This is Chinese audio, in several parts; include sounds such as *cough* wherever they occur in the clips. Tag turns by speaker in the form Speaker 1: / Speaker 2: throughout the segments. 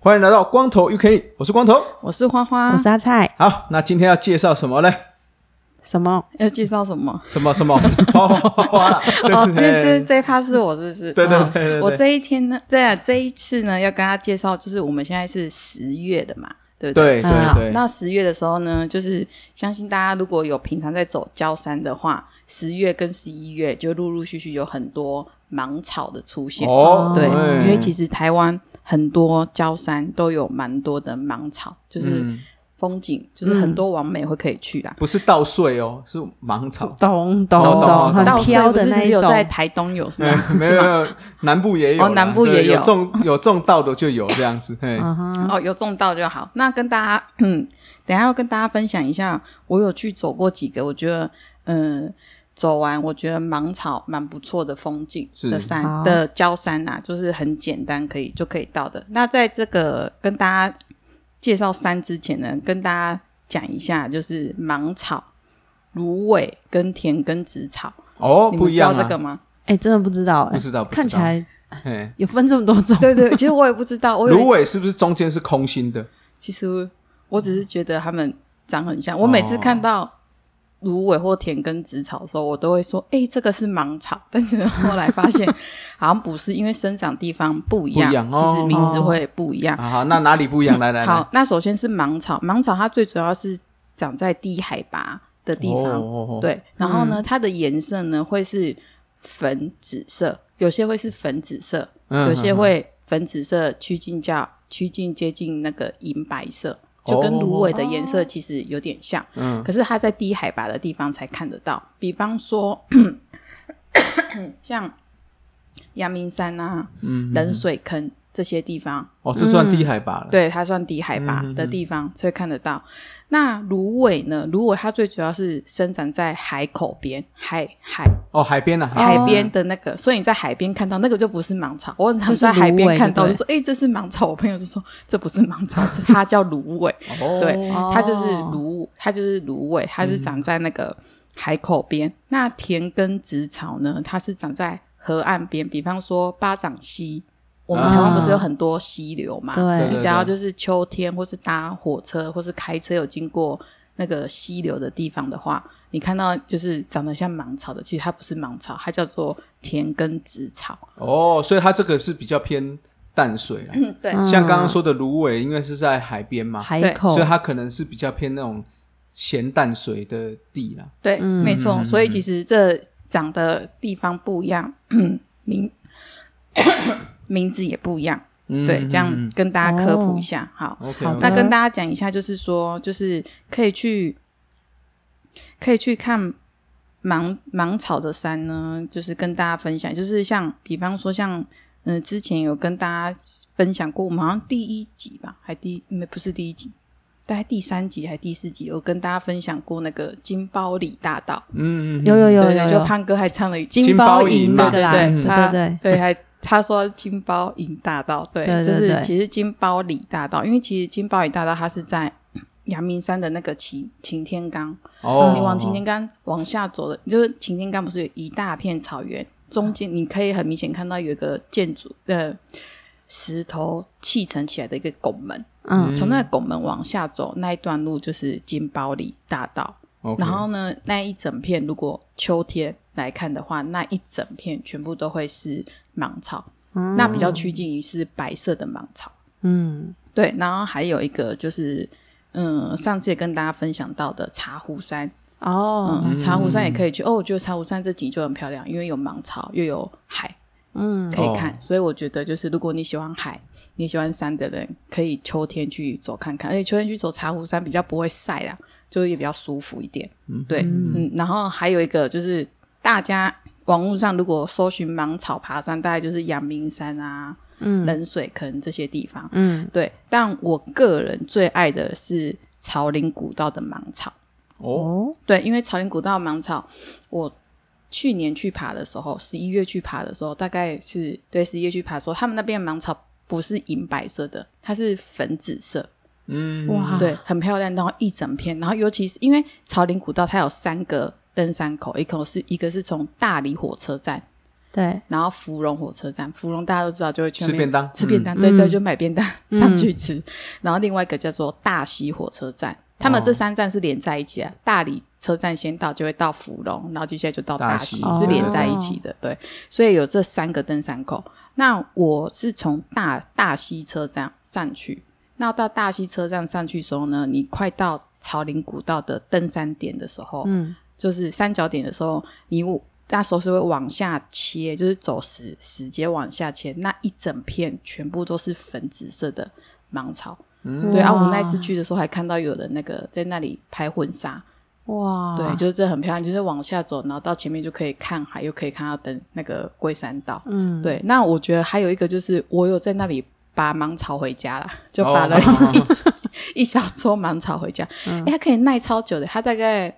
Speaker 1: 欢迎来到光头 UK，我是光头。
Speaker 2: 我是花花，
Speaker 3: 我是阿菜，
Speaker 1: 好，那今天要介绍什么呢？
Speaker 3: 什么？
Speaker 2: 要介绍什么？
Speaker 1: 什么什么？花花花花啦， *laughs* 对
Speaker 2: 哦，
Speaker 1: 是
Speaker 2: 这这
Speaker 1: 哎
Speaker 2: 这一趴是我，是不
Speaker 1: *laughs*
Speaker 2: 是？
Speaker 1: 对对
Speaker 2: 哦
Speaker 1: 对对对
Speaker 2: 我这一天呢，这这一次呢，要跟他介绍，就是我们现在是十月的嘛，对不
Speaker 1: 对
Speaker 3: 啊
Speaker 1: 对对，
Speaker 2: 那十月的时候呢，就是相信大家如果有平常在走焦山的话，十月跟十一月就陆陆续续有很多芒草的出现。
Speaker 1: 哦
Speaker 2: 对，
Speaker 1: 哎
Speaker 2: 因为其实台湾很多焦山都有蛮多的芒草，就是
Speaker 1: 嗯
Speaker 2: 风景，就是很多网美会可以去啊啦。
Speaker 1: 不是稻穗哦，是芒草。
Speaker 3: 懂
Speaker 1: 懂
Speaker 3: 懂
Speaker 1: 懂
Speaker 3: 哦懂，很
Speaker 2: 稻穗
Speaker 3: 飘
Speaker 2: 不
Speaker 3: 的
Speaker 2: 是
Speaker 3: 那
Speaker 2: 只
Speaker 3: 一
Speaker 2: 有
Speaker 3: 种。
Speaker 2: 在台东有什么？
Speaker 1: 没有没有，南部也有啦，
Speaker 2: 哦南部
Speaker 1: 对
Speaker 2: 也有
Speaker 1: 有种有种稻的就有这样子，嘿，
Speaker 3: 嗯哼，
Speaker 2: 哦，有种到就好。那跟大家，嗯，等一下要跟大家分享一下，我有去走过几个，我觉得，嗯、走完我觉得芒草蛮不错的风景
Speaker 1: 是
Speaker 2: 的山
Speaker 3: 好
Speaker 2: 的焦山啊，就是很简单可以就可以到的。那在这个跟大家介绍山之前呢，跟大家讲一下，就是芒草、芦苇跟田根子草，
Speaker 1: 哦，
Speaker 2: 你
Speaker 1: 不
Speaker 2: 们
Speaker 1: 一
Speaker 2: 知道
Speaker 1: 样
Speaker 2: 这个
Speaker 1: 啊，
Speaker 2: 吗？
Speaker 3: 哎，真的不知道，哎
Speaker 1: 不知道不知道
Speaker 3: 看起来
Speaker 1: 嘿，
Speaker 3: 有分这么多种。
Speaker 2: 对对，其实我也不知道，我有一
Speaker 1: 芦苇是不是中间是空心的？
Speaker 2: 其实我只是
Speaker 1: 嗯
Speaker 2: 觉得他们长很像。我每次看
Speaker 1: 哦
Speaker 2: 到芦苇或田根紫草的时候，我都会说：“哎、这个是芒草。”但是后来
Speaker 1: *laughs*
Speaker 2: 发现好像不是，因为生长地方不一样，
Speaker 1: 不一样哦
Speaker 2: 其实名字会不一样。
Speaker 1: 啊，好，那哪里不一样？来来来
Speaker 2: 好，，那首先是芒草，芒草它最主要是长在低海拔的地方，
Speaker 1: 哦哦哦
Speaker 2: 对。然后呢，它的颜色呢会是粉紫色，有些会是粉紫色，
Speaker 1: 嗯
Speaker 2: 有些会粉紫色趋近较趋近接近那个银白色，就跟芦苇的颜色其实有点像。
Speaker 1: 哦嗯，
Speaker 2: 可是它在低海拔的地方才看得到，比方说 *coughs* 像阳明山啊、
Speaker 1: 嗯
Speaker 2: 冷水坑这些地方，
Speaker 1: 哦，这算低海拔了，
Speaker 2: 对，它算低海拔的地方，所以看得到。那芦苇呢？芦苇它最主要是生长在海口边，海海
Speaker 1: 哦，海边了，
Speaker 2: 海边的那个，所以你在海边看到那个就不是芒草。我很常在海边看到，就
Speaker 3: 就
Speaker 2: 是说：“哎、这是芒草。”我朋友就说：“这不是芒草，这它叫芦苇。”
Speaker 1: 哦，
Speaker 2: 对，
Speaker 3: 哦
Speaker 2: 它就是芦，它就是芦苇，它是长在那个海口边。那田根紫草呢，它是长在河岸边，比方说巴掌溪。我们台湾不是有很多溪流嘛？
Speaker 3: 对
Speaker 2: 你只要就是秋天，或是搭火车，或是开车有经过那个溪流的地方的话，你看到就是长得像芒草的，其实它不是芒草，它叫做田根紫草。
Speaker 1: 哦，所以它这个是比较偏淡水了，
Speaker 2: 嗯，对
Speaker 3: 嗯
Speaker 1: 像刚刚说的芦苇，因为是在海边嘛，
Speaker 3: 海口
Speaker 1: 所以，它可能是比较偏那种咸淡水的地啦。
Speaker 2: 对，
Speaker 3: 嗯
Speaker 2: 没错。所以其实这长的地方不一样，名 *coughs* 名字也不一样。
Speaker 1: 嗯
Speaker 2: 对，这样跟大家科普
Speaker 3: 哦
Speaker 2: 一下。好，
Speaker 1: OK，
Speaker 3: 好
Speaker 2: 那
Speaker 3: 的
Speaker 2: 跟大家讲一下，就是说，就是可以去可以去看芒芒草的山呢，就是跟大家分享，就是像比方说像。嗯，之前有跟大家分享过，我们好像第一集吧，还第没不是第一集，大概第三集还第四集，有跟大家分享过那个金包里大道，
Speaker 1: 嗯，嗯嗯
Speaker 3: 有有有
Speaker 2: 对
Speaker 3: 有
Speaker 2: 对，就
Speaker 3: 有，
Speaker 2: 胖哥还唱了一句
Speaker 1: 金包
Speaker 3: 包
Speaker 1: 银
Speaker 3: 银
Speaker 1: 嘛
Speaker 3: 那个啦，
Speaker 2: 对嗯啊
Speaker 3: 对
Speaker 2: 他
Speaker 3: 对对，
Speaker 2: 对，还他说金包银大道，对，
Speaker 3: 对对
Speaker 2: 就是
Speaker 3: 对
Speaker 2: 其实金包里大道，因为其实金包里大道它是在阳明山的那个擎擎天岗，
Speaker 1: 哦，
Speaker 2: 你往擎天岗往下走的，就是擎天岗不是有一大片草原，中间你可以很明显看到有一个建筑呃石头砌成起来的一个拱门，
Speaker 3: 嗯，
Speaker 2: 从那个拱门往下走那一段路就是金包里大道。
Speaker 1: 哦 OK，
Speaker 2: 然后呢，那一整片如果秋天来看的话，那一整片全部都会是芒草，
Speaker 3: 嗯
Speaker 2: 那比较趋近于是白色的芒草。
Speaker 3: 嗯，
Speaker 2: 对，然后还有一个就是，嗯，上次也跟大家分享到的茶壶山，
Speaker 3: 哦，
Speaker 2: 嗯，茶壶山也可以去。哦，我觉得茶壶山这景就很漂亮，因为有芒草又有海
Speaker 3: 嗯，
Speaker 2: 可以看，所以我觉得就是如果你喜欢海、你喜欢山的人，可以秋天去走看看，而且秋天去走茶壶山比较不会晒啦，就是也比较舒服一点。
Speaker 1: 嗯
Speaker 2: 对，嗯，然后还有一个就是大家网络上如果搜寻芒草爬山，大概就是阳明山啊、
Speaker 3: 嗯
Speaker 2: 冷水坑这些地方。
Speaker 3: 嗯，
Speaker 2: 对，但我个人最爱的是草林古道的芒草。
Speaker 1: 哦，
Speaker 3: 哦，
Speaker 2: 对，因为草林古道的芒草，我去年去爬的时候，十一月去爬的时候，大概是对十一月去爬的时候，他们那边的芒草不是银白色的，它是粉紫色，
Speaker 1: 嗯，
Speaker 3: 哇
Speaker 2: 对，很漂亮，然后一整片，然后尤其是因为草林古道它有三个登山口，一口是一个是从大理火车站，
Speaker 3: 对，
Speaker 2: 然后芙蓉火车站，芙蓉大家都知道就会去那边
Speaker 1: 吃便当
Speaker 2: 吃便当，
Speaker 3: 嗯
Speaker 2: 对对，
Speaker 3: 嗯
Speaker 2: 就买便当上去吃。然后另外一个叫做大溪火车站，他们
Speaker 1: 哦
Speaker 2: 这三站是连在一起的，大理车站先到就会到芙蓉，然后接下来就到哦大溪，
Speaker 1: 大
Speaker 3: 溪
Speaker 2: 是连在一起的，对。所以有这三个登山口。那我是从大大溪车站上去，那到大溪车站上去的时候呢，你快到草林古道的登山点的时候，
Speaker 3: 嗯，
Speaker 2: 就是三角点的时候，你那时候是会往下切，就是走石石阶往下切，那一整片全部都是粉紫色的芒草。
Speaker 1: 嗯
Speaker 2: 对啊，
Speaker 3: 哇
Speaker 2: 我那一次去的时候还看到有人那个在那里拍婚纱，
Speaker 3: 哇，
Speaker 2: 对，就是这很漂亮，就是往下走，然后到前面就可以看海，又可以看到等那个龟山岛。
Speaker 3: 嗯，
Speaker 2: 对，那我觉得还有一个就是我有在那里拔芒草回家啦，就
Speaker 1: 哦
Speaker 2: 拔了
Speaker 1: 哦 *laughs*
Speaker 2: 一、一小撮芒草回家。哎、
Speaker 3: 嗯
Speaker 2: 它可以耐超久的，它大概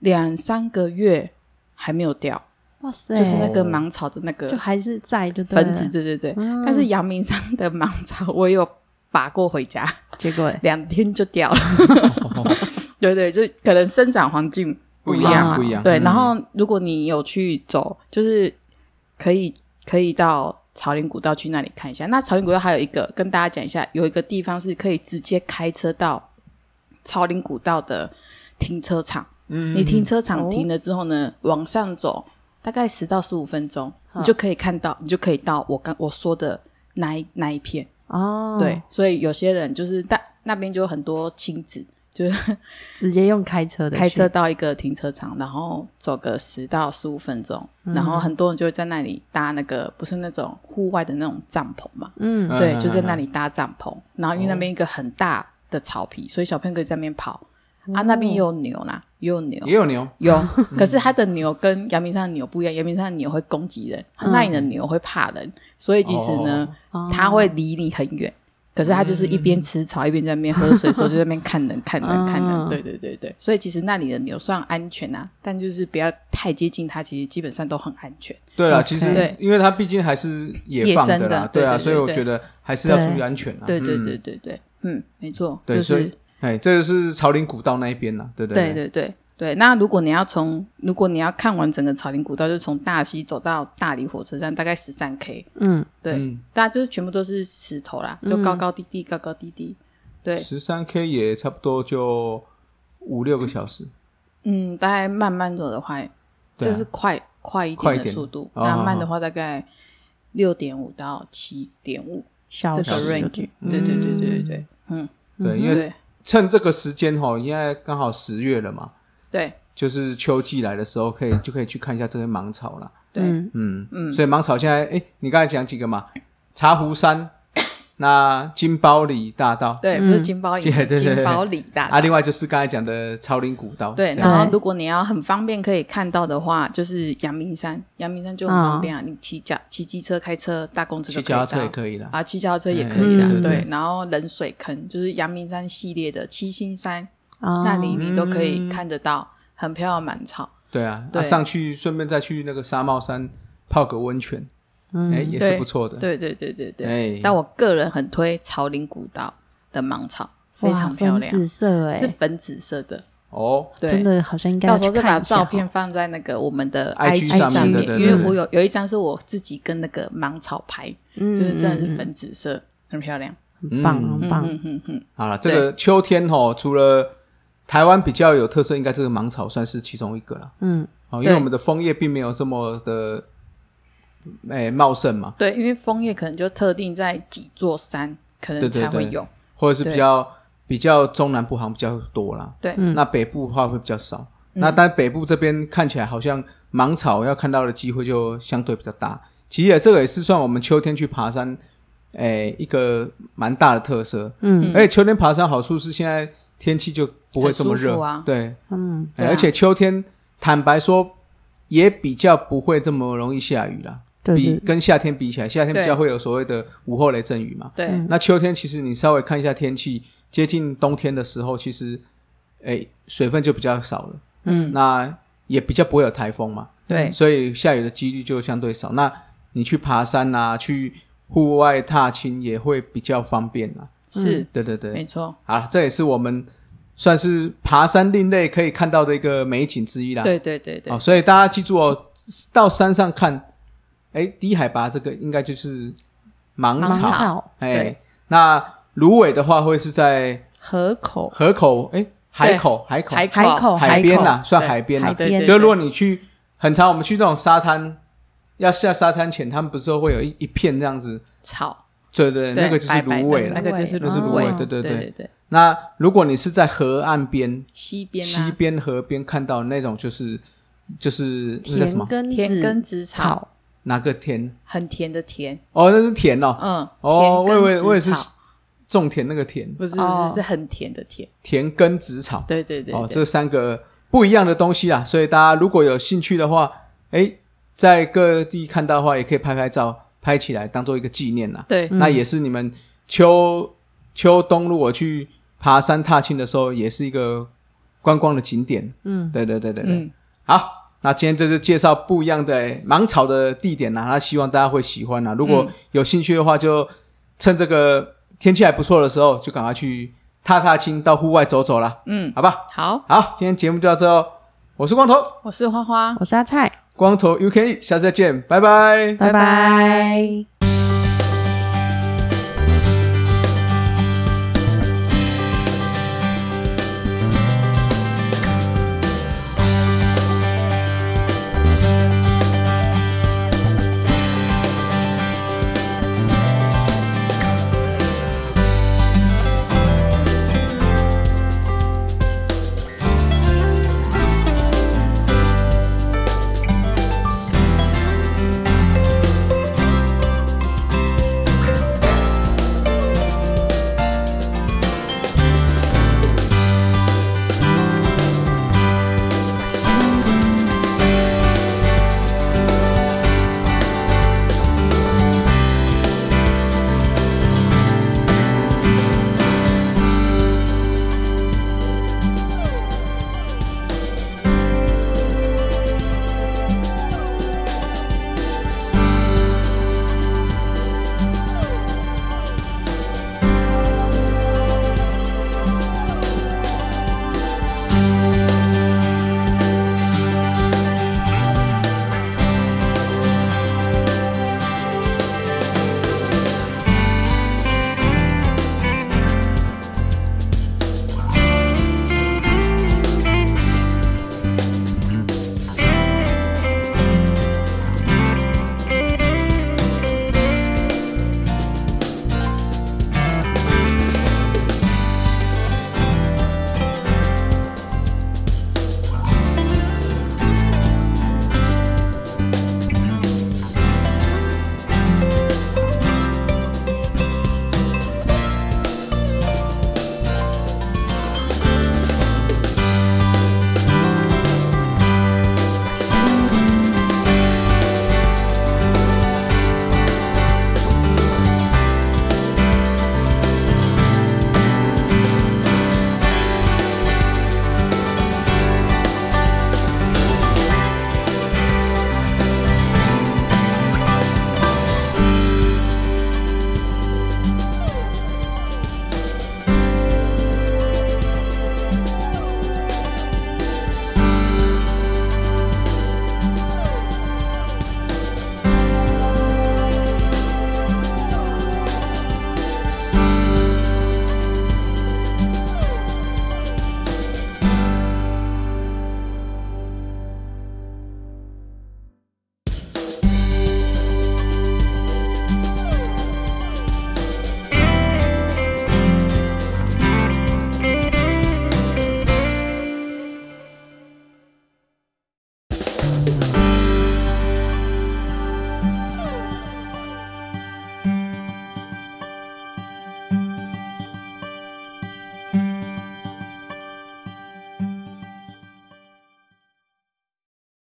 Speaker 2: 两三个月还没有掉，
Speaker 3: 哇塞，
Speaker 2: 就是那个
Speaker 1: 哦
Speaker 2: 芒草的那
Speaker 3: 就
Speaker 2: 个
Speaker 3: 还是在就对了
Speaker 2: 分子，对对对。
Speaker 3: 嗯
Speaker 2: 但是阳明山的芒草我也有拔过回家，
Speaker 3: 结果欸
Speaker 2: 两天就
Speaker 1: *laughs*
Speaker 2: 掉了。 *laughs* 对对，就可能生长环境不一样嘛，
Speaker 1: 不一样不一样
Speaker 2: 对，
Speaker 1: 嗯
Speaker 2: 然后如果你有去走，就是可以可以到草林古道去那里看一下。那草林古道还有一个跟大家讲一下，有一个地方是可以直接开车到草林古道的停车场。
Speaker 1: 嗯
Speaker 2: 你停车场
Speaker 3: 哦
Speaker 2: 停了之后呢，往上走大概十到十五分钟，
Speaker 3: 好
Speaker 2: 你就可以看到，你就可以到我刚我说的那一那一片。
Speaker 3: 哦，
Speaker 2: 对，，所以有些人就是大那边就有很多亲子，就是
Speaker 3: 直接用开车的
Speaker 2: 开
Speaker 3: 去
Speaker 2: 车，到一个停车场，然后走个十到十五分钟，
Speaker 1: 嗯
Speaker 2: 然后很多人就会在那里搭那个不是那种户外的那种帐篷嘛，
Speaker 3: 嗯，
Speaker 2: 对，
Speaker 1: 嗯
Speaker 2: 就在那
Speaker 1: 嗯
Speaker 2: 里搭帐篷，然后因为那边一个很大的草皮，所以小朋友可以在那边跑啊，那
Speaker 1: 哦
Speaker 2: 边也有牛啦，也有牛。
Speaker 1: 也有牛， *laughs*
Speaker 2: 有，
Speaker 1: 嗯
Speaker 2: 可是它的牛跟阳明山的牛不一样，阳明山的牛会攻击人，
Speaker 1: 嗯
Speaker 2: 那里的牛会怕人，所以其实呢，
Speaker 3: 哦
Speaker 2: 它会离你很远。可是它就是一边吃草、一边在那边喝水，所以就在那边看人、看人、看人。
Speaker 3: 嗯
Speaker 2: 对对对对，所以其实那里的牛算安全啊，但就是不要太接近它，其实基本上都很安全。
Speaker 1: 对了，
Speaker 3: OK
Speaker 1: 其实
Speaker 2: 对
Speaker 1: 因为它毕竟还是野放
Speaker 2: 野生
Speaker 1: 啦
Speaker 2: 的，
Speaker 1: 啊，
Speaker 2: 对对对
Speaker 1: 所以我觉得还是要注意安全啊。
Speaker 2: 对对
Speaker 1: 嗯
Speaker 2: 对，对对，嗯，没错，
Speaker 1: 对
Speaker 2: 就
Speaker 1: 所
Speaker 2: 是
Speaker 1: 以哎，这个是朝林古道那一边啦，对不
Speaker 2: 对对对对，那如果你要从，如果你要看完整个草林古道，就从大溪走到大理火车站，大概十三 K。
Speaker 3: 嗯，
Speaker 2: 对，
Speaker 1: 嗯
Speaker 2: 大家就是全部都是石头啦，就高高低低，高高低低。对，
Speaker 1: 十三 K 也差不多就五六个小时，
Speaker 2: 嗯，大概慢慢走的话，
Speaker 1: 对啊
Speaker 2: 这是快快一
Speaker 1: 快一
Speaker 2: 点的
Speaker 1: 点
Speaker 2: 速度，
Speaker 1: 哦
Speaker 2: 那
Speaker 1: 好
Speaker 2: 慢
Speaker 1: 好
Speaker 2: 的话大概六点五到七点五
Speaker 3: 小
Speaker 2: 这
Speaker 3: 时
Speaker 2: 个
Speaker 3: 就
Speaker 2: range。
Speaker 3: 嗯
Speaker 2: 对对对对对对，嗯，
Speaker 1: 对，因为
Speaker 2: 对
Speaker 1: 趁这个时间哈，因为刚好十月了嘛，
Speaker 2: 对
Speaker 1: 就是秋季来的时候，可以就可以去看一下这些芒草啦。
Speaker 2: 对，
Speaker 3: 嗯
Speaker 1: 嗯嗯，所以芒草现在，哎，你刚才讲几个嘛？茶壶
Speaker 2: *laughs*
Speaker 1: 山，那金包里大道，
Speaker 2: 对，不是金包
Speaker 1: 嗯
Speaker 2: 银，
Speaker 1: 对对对
Speaker 2: 金包里大
Speaker 1: 啊，
Speaker 2: 道。
Speaker 1: 另外就是刚才讲的朝林古道，
Speaker 2: 对，
Speaker 1: 这样
Speaker 2: 然后
Speaker 3: 对
Speaker 2: 如果你要很方便可以看到的话，就是阳明山，阳明山就很方便啊，你骑脚、骑机车、开车、搭公车都
Speaker 1: 哦骑
Speaker 2: 可以
Speaker 1: 脚踏车
Speaker 2: 到
Speaker 1: 也可以啦。
Speaker 2: 啊，七桥车也可以啦，
Speaker 3: 嗯
Speaker 2: 对。然后冷水坑就是阳明山系列的七星山，
Speaker 3: 哦
Speaker 2: 那里你都可以
Speaker 1: 嗯
Speaker 2: 看得到，很漂亮满草。
Speaker 1: 对啊，啊
Speaker 2: 对
Speaker 1: 上去顺便再去那个沙帽山泡个温泉，
Speaker 3: 嗯
Speaker 1: 哎，也是不错的。
Speaker 2: 对对对对对。
Speaker 1: 哎，
Speaker 2: 但我个人很推草林古道的芒草，非
Speaker 3: 哇
Speaker 2: 常漂
Speaker 3: 粉
Speaker 2: 亮，
Speaker 3: 紫色哎，
Speaker 2: 是粉紫色的。
Speaker 1: 哦，
Speaker 2: 对，
Speaker 3: 真的好像应该要
Speaker 2: 到时
Speaker 3: 去
Speaker 2: 候再
Speaker 3: 看
Speaker 2: 把
Speaker 3: 一下哦
Speaker 2: 照片放在那个我们的
Speaker 1: IG
Speaker 3: 上面
Speaker 2: 面
Speaker 3: 对，对
Speaker 2: 因为
Speaker 3: 对
Speaker 2: 我有有一张是我自己跟那个芒草拍，
Speaker 3: 嗯
Speaker 2: 就是真的是粉紫色，很漂亮。
Speaker 3: 很棒
Speaker 1: 嗯
Speaker 3: 很棒，
Speaker 2: 嗯哼哼，
Speaker 1: 好了，这个秋天哦，除了台湾比较有特色，应该这个芒草算是其中一个啦。
Speaker 3: 嗯，
Speaker 1: 哦，
Speaker 2: 对
Speaker 1: 因为我们的枫叶并没有这么的，哎，茂盛嘛，
Speaker 2: 对，因为枫叶可能就特定在几座山可
Speaker 1: 对
Speaker 2: 能
Speaker 1: 对
Speaker 2: 才会
Speaker 1: 对
Speaker 2: 有。
Speaker 1: 或者是
Speaker 2: 对
Speaker 1: 比较比较中南部好像比较多啦。
Speaker 2: 对嗯
Speaker 3: 嗯
Speaker 1: 那北部的话会比较少。那但北部这边看起来好像芒草要看到的机会就相对比较大。其实也这个也是算我们秋天去爬山，诶、一个蛮大的特色。
Speaker 3: 嗯，
Speaker 1: 而且秋天爬山好处是现在天气就不会这么
Speaker 2: 很舒
Speaker 1: 热
Speaker 2: 服啊
Speaker 1: 对，
Speaker 3: 嗯，
Speaker 1: 诶
Speaker 2: 对啊
Speaker 1: 而且秋天坦白说也比较不会这么容易下雨啦。
Speaker 3: 对
Speaker 1: 比
Speaker 3: 对，
Speaker 1: 跟夏天比起来，夏天比较
Speaker 2: 对
Speaker 1: 会有所谓的午后雷阵雨嘛。
Speaker 2: 对，
Speaker 3: 嗯
Speaker 1: 那秋天其实你稍微看一下天气，接近冬天的时候，其实诶水分就比较少了，
Speaker 2: 嗯，
Speaker 1: 那也比较不会有台风嘛。
Speaker 3: 嗯
Speaker 2: 对，
Speaker 1: 所以下雨的几率就相对少。那你去爬山啊，去户外踏青也会比较方便啊。
Speaker 2: 是
Speaker 1: 对对对，
Speaker 2: 没错，
Speaker 1: 好，啊这也是我们算是爬山另类可以看到的一个美景之一啦。
Speaker 2: 对对对对
Speaker 1: 哦，，所以大家记住哦，到山上看，哎，低海拔这个应该就是芒
Speaker 3: 芒
Speaker 1: 草，
Speaker 3: 草
Speaker 1: 哎
Speaker 2: 对，
Speaker 1: 那芦苇的话会是在
Speaker 2: 河口
Speaker 1: 河口，哎，海口，海口，
Speaker 2: 海
Speaker 3: 海口
Speaker 1: 海边啦，
Speaker 3: 口
Speaker 1: 算
Speaker 2: 对
Speaker 1: 海边啦
Speaker 3: 海。边
Speaker 2: 对
Speaker 1: 就如果你去很长，我们去那种沙滩，要下沙滩前，他们不是会有一一片这样子，
Speaker 2: 草，
Speaker 1: 对对，
Speaker 2: 对
Speaker 1: 那个就是
Speaker 2: 白白的
Speaker 1: 芦苇
Speaker 2: 那
Speaker 1: 了。
Speaker 2: 个就是
Speaker 1: 那是芦
Speaker 2: 苇
Speaker 1: 苇，
Speaker 3: 哦
Speaker 1: 对对
Speaker 2: 对
Speaker 1: 对。
Speaker 2: 对对，
Speaker 1: 那如果你是在河岸边、
Speaker 2: 西边
Speaker 1: 西
Speaker 2: 啊，
Speaker 1: 边、河边看到那种，就是就是那叫什
Speaker 3: 田
Speaker 1: 么？
Speaker 3: 根
Speaker 2: 田根
Speaker 3: 子
Speaker 2: 子草，
Speaker 3: 草，
Speaker 1: 哪个田？
Speaker 2: 很甜的甜，
Speaker 1: 哦，那是田哦，
Speaker 2: 嗯，
Speaker 1: 哦，
Speaker 2: 田
Speaker 1: 我以
Speaker 2: 根
Speaker 1: 为
Speaker 2: 子
Speaker 1: 我也是
Speaker 2: 草
Speaker 1: 种田那个田，
Speaker 2: 不是不
Speaker 3: 哦
Speaker 2: 是是很甜的甜，
Speaker 1: 田根子草。
Speaker 2: 对对对
Speaker 1: 哦，
Speaker 2: 对，
Speaker 1: 这三个不一样的东西啊，所以大家如果有兴趣的话，哎，在各地看到的话，也可以拍拍照，拍起来当做一个纪念啦。
Speaker 2: 对
Speaker 1: 那也是你们秋秋冬如果去爬山踏青的时候，也是一个观光的景点。
Speaker 3: 嗯，
Speaker 1: 对对对对对，
Speaker 2: 嗯，
Speaker 1: 好。那今天这是介绍不一样的芒草的地点啊啦、那希望大家会喜欢啦、啊如果
Speaker 2: 嗯
Speaker 1: 有兴趣的话，就趁这个天气还不错的时候，就赶快去踏踏青，到户外走走啦，
Speaker 2: 嗯，
Speaker 1: 好吧？
Speaker 2: 好，
Speaker 1: 好，今天节目就到这哦。我是光头，
Speaker 2: 我是花花，
Speaker 3: 我是阿菜，
Speaker 1: 光头 UK，下次再见，拜拜。
Speaker 2: 拜
Speaker 3: 拜拜。